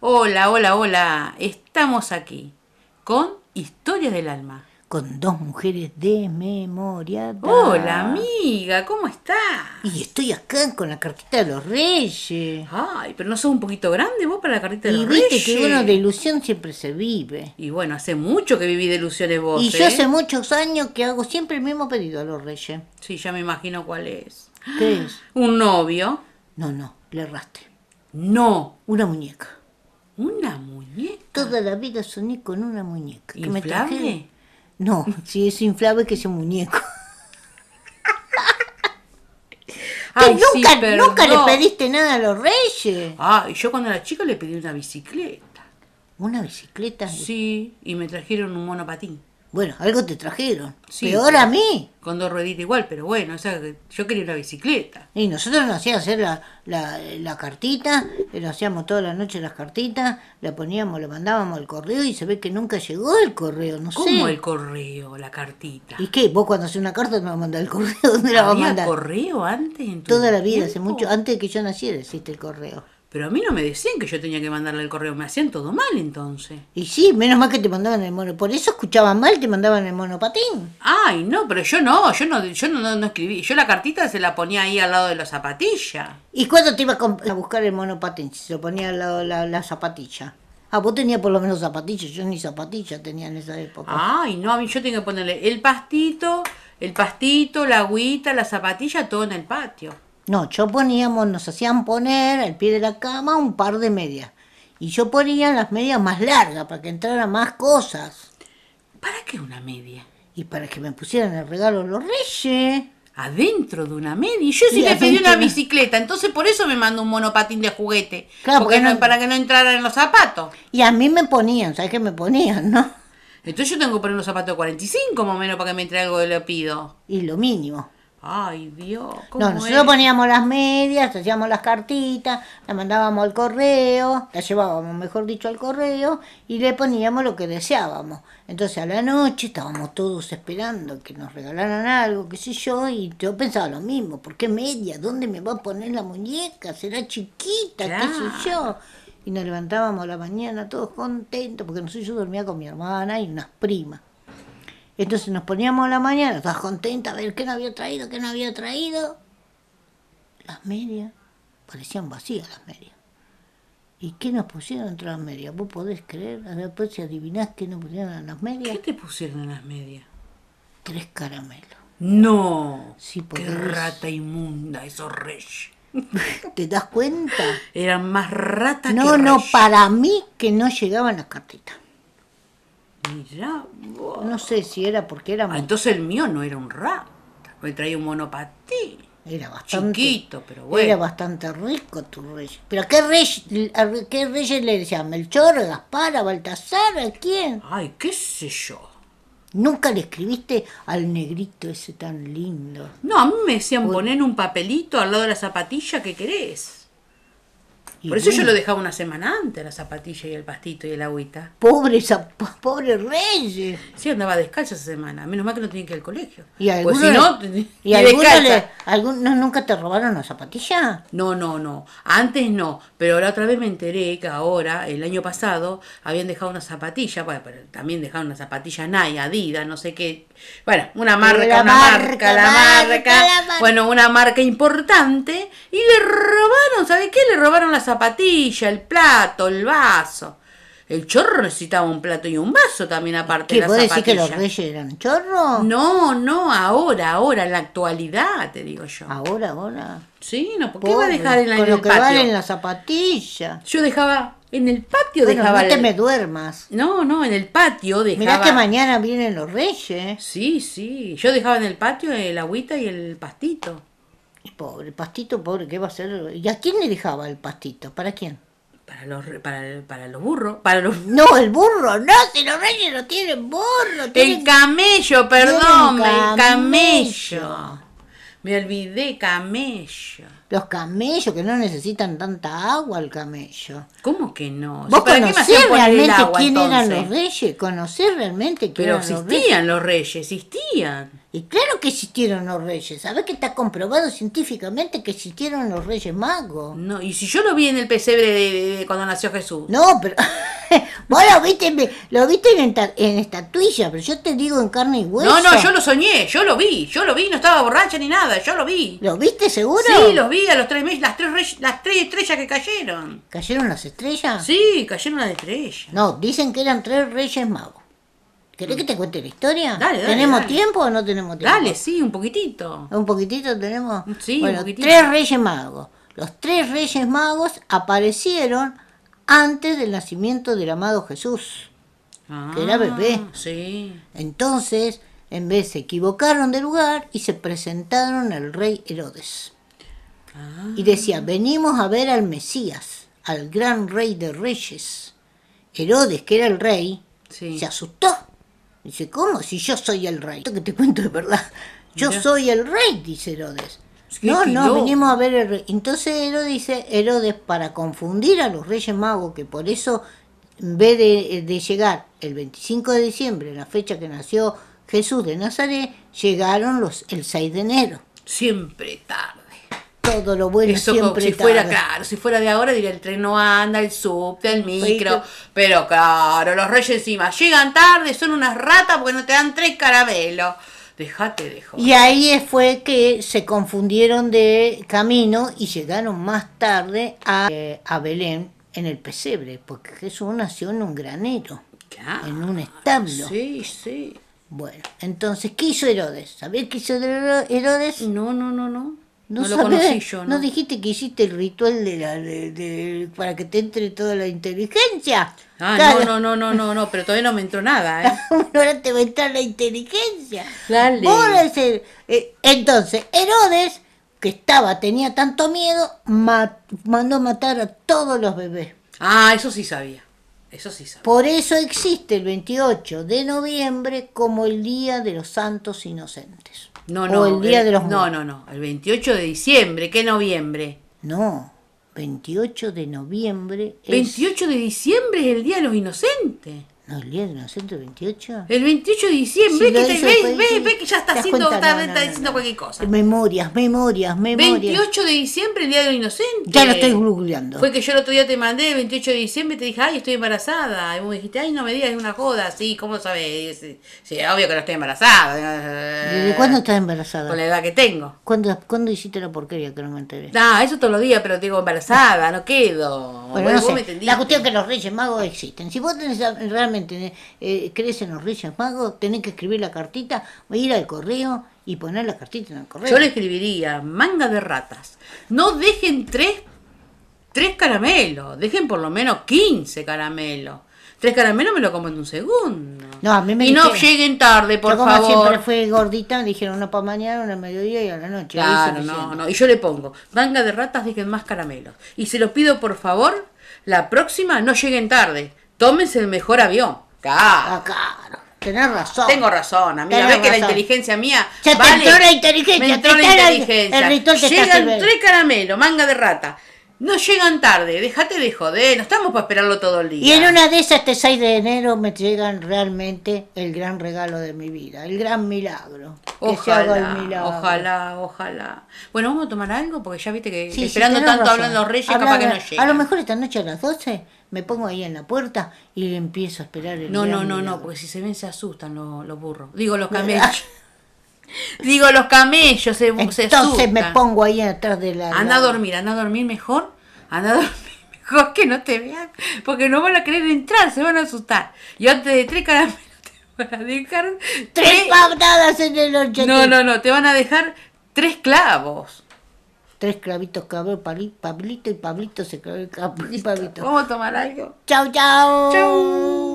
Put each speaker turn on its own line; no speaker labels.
Hola, hola, hola. Estamos aquí con Historias del Alma.
con dos mujeres desmemoriadas.
Hola,
Ah.
amiga, ¿cómo estás?
Y estoy acá con la cartita de los reyes.
Ay, pero no sos un poquito grande vos para la cartita
y
del
viste
Reyes.
que uno de ilusión siempre se vive.
Y bueno, hace mucho que viví de ilusiones vos.
Y yo
¿eh?
hace muchos años que hago siempre el mismo pedido a los reyes.
Sí, ya me imagino cuál es. Ah.
¿Qué es?
Un novio.
No, no, le erraste.
No,
Una muñeca.
una muñeca.
Toda la vida soñé con una muñeca. que me
Ah. ¿Inflable?
traje- No, si es inflable que sea un muñeco.
Ay,
Que
sí,
nunca, nunca le
perdón.
pediste nada a los reyes.
Ay, yo cuando era chica le pedí una bicicleta.
Una bicicleta.
Sí, y me trajeron un monopatín.
Bueno, algo te trajeron.
Sí,
Peor
pero-
a mí.
Con dos rueditas igual, pero bueno, o sea, yo quería una bicicleta.
Y nosotros nos hacíamos hacer la, la, la cartita, eh, nos hacíamos toda la noche las cartitas, la poníamos, la mandábamos al correo y se ve que nunca llegó el correo, no
¿Cómo
sé.
el correo, la cartita?
¿Y qué? ¿Vos cuando haces una carta no vas a mandar el correo? ¿Dónde la vas a
¿Había
mandar?
correo antes? en tu
Toda la vida, hace
tiempo?
mucho, antes de que yo naciera existe el correo.
Pero a mí no me decían que yo tenía que mandarle el correo, me hacían todo mal entonces.
Y sí, menos mal que te mandaban el mono. Por eso escuchaban mal, te mandaban el monopatín.
Ay, no, pero yo no, yo no, yo no, no- no escribí. Yo la cartita se la ponía ahí al lado de la zapatilla.
¿Y cuándo te iba a, comp- a buscar el monopatín? Si se lo ponía al lado la, la zapatilla. Ah, vos tenías por lo menos zapatillas, yo ni zapatilla tenía en esa época.
Ay, no, a mí yo tenía que ponerle el pastito, el pastito, la agüita, la zapatilla, todo en el patio.
No, yo poníamos, nos hacían poner al pie de la cama un par de medias. Y yo ponía las medias más largas para que entraran más cosas.
¿Para qué una media?
Y para que me pusieran el regalo los reyes.
Adentro de una media. Y yo sí
Y
le pedí
adentro
una
de-
bicicleta, entonces por eso me mandó un monopatín de juguete.
Claro,
porque
porque
no-
no-
para que no entraran en los zapatos.
Y a mí me ponían, ¿sabes qué me ponían, no?
Entonces yo tengo que poner unos zapatos de 45 más o menos para que me entre algo de lo pido.
Y lo mínimo.
Ay, Dios, ¿cómo
No,
es?
nosotros poníamos las medias, hacíamos las cartitas, las mandábamos al correo, las llevábamos, mejor dicho, al correo y le poníamos lo que deseábamos. Entonces a la noche estábamos todos esperando que nos regalaran algo, qué sé yo, y yo pensaba lo mismo, ¿por qué media? ¿Dónde me va a poner la muñeca? ¿Será chiquita? ¿Qué sé yo? Y nos levantábamos a la mañana todos contentos, porque nosotros yo dormía con mi hermana y unas primas. Entonces nos poníamos a la mañana, todas contentas, a ver qué nos había traído, qué nos había traído. Las medias, parecían vacías las medias. ¿Y qué nos pusieron entre las medias? ¿Vos podés creer? A ver, pues si adivinás qué nos pusieron en las medias,
¿Qué te pusieron en las medias?
tres caramelos.
No.
Sí, porque
Qué
es-
rata inmunda, esos reyes.
¿Te das cuenta?
Eran más ratas
No,
que
no,
reyes.
para mí que no llegaban las cartitas.
Mirá vos.
No sé si era porque
Ah,
éramos,
entonces el mío no era un rata. Me traía un monopatín.
era bastante...
Chiquito, pero bueno.
Era bastante rico tu rey. ¿Pero a qué rey, a qué reyes le decían? ¿Melchor, a Gaspar, a Baltasar, a quién?
Ay, qué sé yo.
Nunca le escribiste al negrito ese tan lindo.
No, a mí me decían poner un papelito al lado de la zapatilla que querés.
Y
Por eso yo
bueno,
lo dejaba una semana antes, la zapatilla y el pastito y el agüita.
Pobre, esa- po- pobre reyes.
Sí, andaba descalza esa semana. Menos mal que no tenía que ir al colegio.
Y
Pues
algunos,
si no,
y
ni
algunos
descalza.
le- algunos nunca te robaron la zapatilla.
No, no, no. Antes no. Pero la otra vez me enteré que ahora, el año pasado, habían dejado una zapatilla. Bueno, pero también dejaron una zapatilla Nike, Adidas, no sé qué. Bueno, una marca, una
La marca,
marca, la
la
marca.
marca, la mar-
Bueno, una marca importante. Y le robaron, ¿sabe qué? Le robaron la zapatilla, el plato, el vaso. El chorro necesitaba un plato y un vaso también aparte de
¿Qué,
la
vos decís que
zapatilla.
los reyes eran chorros?
No, no, ahora, ahora, en la actualidad, te digo yo.
Ahora, ahora.
Sí, no, ¿por qué va a dejar en, la,
Ah. Con
en
lo
el
que
patio?
valen la zapatilla.
Yo dejaba en el patio
Bueno,
dejaba
no te
el-
me duermas.
No, no, en el patio dejaba.
Mirá que mañana vienen los reyes.
Sí, sí, yo dejaba en el patio el agüita y el pastito.
Pobre, pastito, pobre, ¿qué va a hacer? ¿Y a quién le dejaba el pastito? ¿Para quién?
Para los re- para, para los burros, para los
No, el burro, no, si los reyes no tienen burro,
el
tienen
camello, perdón, el camello.
Tienen camello.
Me olvidé camello.
Los camellos que no necesitan tanta agua el camello.
¿Cómo que no?
¿Vos
¿Para qué me hacían
conocés
poner el
realmente
agua,
quién eran
entonces?
los reyes? ¿Conocés realmente quién
Pero
eran los reyes?
existían los reyes, existían.
Y claro que existieron los reyes. ¿Sabés que está comprobado científicamente que existieron los reyes magos?
No, y si yo lo vi en el pesebre de, de- de cuando nació Jesús.
No, pero vos lo viste, en- lo viste en, esta- en estatuilla, pero yo te digo en carne y hueso.
No, no, yo lo soñé, yo lo vi, yo lo vi, no estaba borracha ni nada, yo lo vi.
¿Lo viste seguro?
Sí, los vi a los tres meses, las tres, rey- las tres estrellas que cayeron.
¿Cayeron las estrellas?
Sí, cayeron las estrellas.
No, dicen que eran tres reyes magos. ¿Querés que te cuente la historia?
Mm. Dale, dale,
¿Tenemos
dale.
tiempo o no tenemos tiempo?
Dale, sí, un poquitito.
¿Un poquitito tenemos?
Sí, un
bueno,
poquitito.
tres reyes magos. Los tres reyes magos aparecieron antes del nacimiento del amado Jesús. Que era bebé.
Ah, Sí.
Entonces, en vez se equivocaron de lugar y se presentaron al rey Herodes.
Ah.
Y decía, venimos a ver al Mesías, al gran rey de reyes. Herodes, que era el rey,
Sí.
se asustó. Dice, ¿cómo? Si yo soy el rey. Esto que te cuento de verdad. Yo
Mirá.
soy el rey, dice Herodes.
Qué
No, no,
quilombo.
venimos a ver el rey. Entonces Herodes dice, Herodes, para confundir a los reyes magos, que por eso, en vez de, de llegar el 25 de diciembre, la fecha que nació Jesús de Nazaret, llegaron los el 6 de enero.
Siempre tarde.
Todo lo bueno
Eso como
siempre
si fuera,
tarda.
claro, si fuera de ahora diría el tren no anda, el subte, el micro.
Oíste.
Pero claro, los reyes encima llegan tarde, son unas ratas porque no te dan tres caramelos. Dejate de joder.
Y ahí fue que se confundieron de camino y llegaron más tarde a, eh, a Belén en el pesebre, porque Jesús nació en un granero,
Claro.
en un establo.
Ah, Sí, sí.
Bueno, entonces, ¿qué hizo Herodes? ¿Sabés qué hizo Hero- Herodes?
No, no, no, no. No, lo
sabés,
conocí yo,
¿no
¿no?
dijiste que hiciste el ritual de la, de- de- para que te entre toda la inteligencia.
Ah,
Claro,
no, no, no, no, no, no, pero todavía no me entró nada, ¿eh?
Ahora te va a entrar la inteligencia.
Dale.
Vos eres el- eh, entonces, Herodes, que estaba, tenía tanto miedo, ma- mandó matar a todos los bebés.
Ah, eso sí sabía. Eso sí sabía.
Por eso existe el 28 de noviembre como el Día de los Santos Inocentes.
No,
O
no.
el Día
el-
de los
No,
Muertos.
no, no. El 28 de diciembre, ¿qué noviembre?
No, 28 de noviembre es...
28 de diciembre es el Día de los Inocentes.
¿No el Día de los Inocentes 28?
El 28 de diciembre,
Si lo
¿ves que,
hizo
te- ves-
el país,
ves-
sí.
ves que ya está
¿Te das
haciendo,
cuenta?
está,
No, no,
está
no,
diciendo
no.
cualquier cosa.
Memorias, memorias, memorias.
28 de diciembre, el Día de los Inocentes.
Ya lo estoy googleando.
Fue que yo el otro día te mandé, el 28 de diciembre, y te dije, ay, estoy embarazada. Y vos me dijiste, ay, no me digas, es una joda. Sí, ¿cómo sabés? Sí, sí, obvio que no estoy embarazada.
¿Desde cuándo estás embarazada?
Con la edad que tengo.
¿Cuándo, cuándo hiciste la porquería que no me enteré?
Ah, eso todos los días, pero te digo embarazada, no quedo.
Bueno,
Vos-
no
vos
sé,
me entendiste.
la cuestión es que los Reyes Magos existen. Si vos tenés, realmente eh, crees en los Reyes Magos, tenés que escribir la cartita, ir al correo y poner la cartita en el correo.
Yo le escribiría, manga de ratas, no dejen tres, tres caramelos, dejen por lo menos 15 caramelos. Tres caramelos me lo como en un segundo.
No, a mí me
y no
dijeron-
lleguen tarde, por
Yo como
favor.
siempre fui gordita, me dijeron una para mañana, una al mediodía y a la noche. Ahí
Claro,
se me
no,
sienta.
no. Y yo le pongo, manga de ratas, dejen más caramelos. Y se los pido, por favor, la próxima no lleguen tarde. Tómense el mejor avión. Claro.
Ah, claro, tenés razón.
Tengo razón, amiga.
Tenés
¿Ves que la
razón.
inteligencia mía.
Ya te
vale?
entró la inteligencia,
Me entró
te
la
está la-
inteligencia.
el ritual te está
llegan
sirviendo.
tres caramelos, manga de rata. No llegan tarde, déjate de joder, no estamos para esperarlo todo el
Y
día.
en una de esas, este 6 de enero, me llegan realmente el gran regalo de mi vida, el gran milagro. Que se haga el
Ojalá,
milagro.
ojalá, ojalá. Bueno, vamos a tomar algo porque ya viste que
Sí, sí,
esperando
tenés
tanto
razón.
hablan los reyes,
Hablan-
capaz que no llegan.
A lo mejor esta noche a las 12 me pongo ahí en la puerta y le empiezo a esperar el
No,
gran
no, no,
milagro.
no, porque si se ven se asustan los, los burros. Digo, los camellos. Digo, los camellos se, se
Entonces
asustan.
me pongo ahí atrás de la.
Anda a dormir, anda a dormir mejor, anda a dormir mejor que no te vean, porque no van a querer entrar, se van a asustar. Y antes de tres caramelos te van a dejar
Tres patadas en el ocho.
No, no, no, te van a dejar tres clavos.
Tres clavitos cabrón, Pabli- Pablito y Pablito se clavó el cabrón. Pablito.
Vamos a tomar algo.
Chau, chau.
Chau.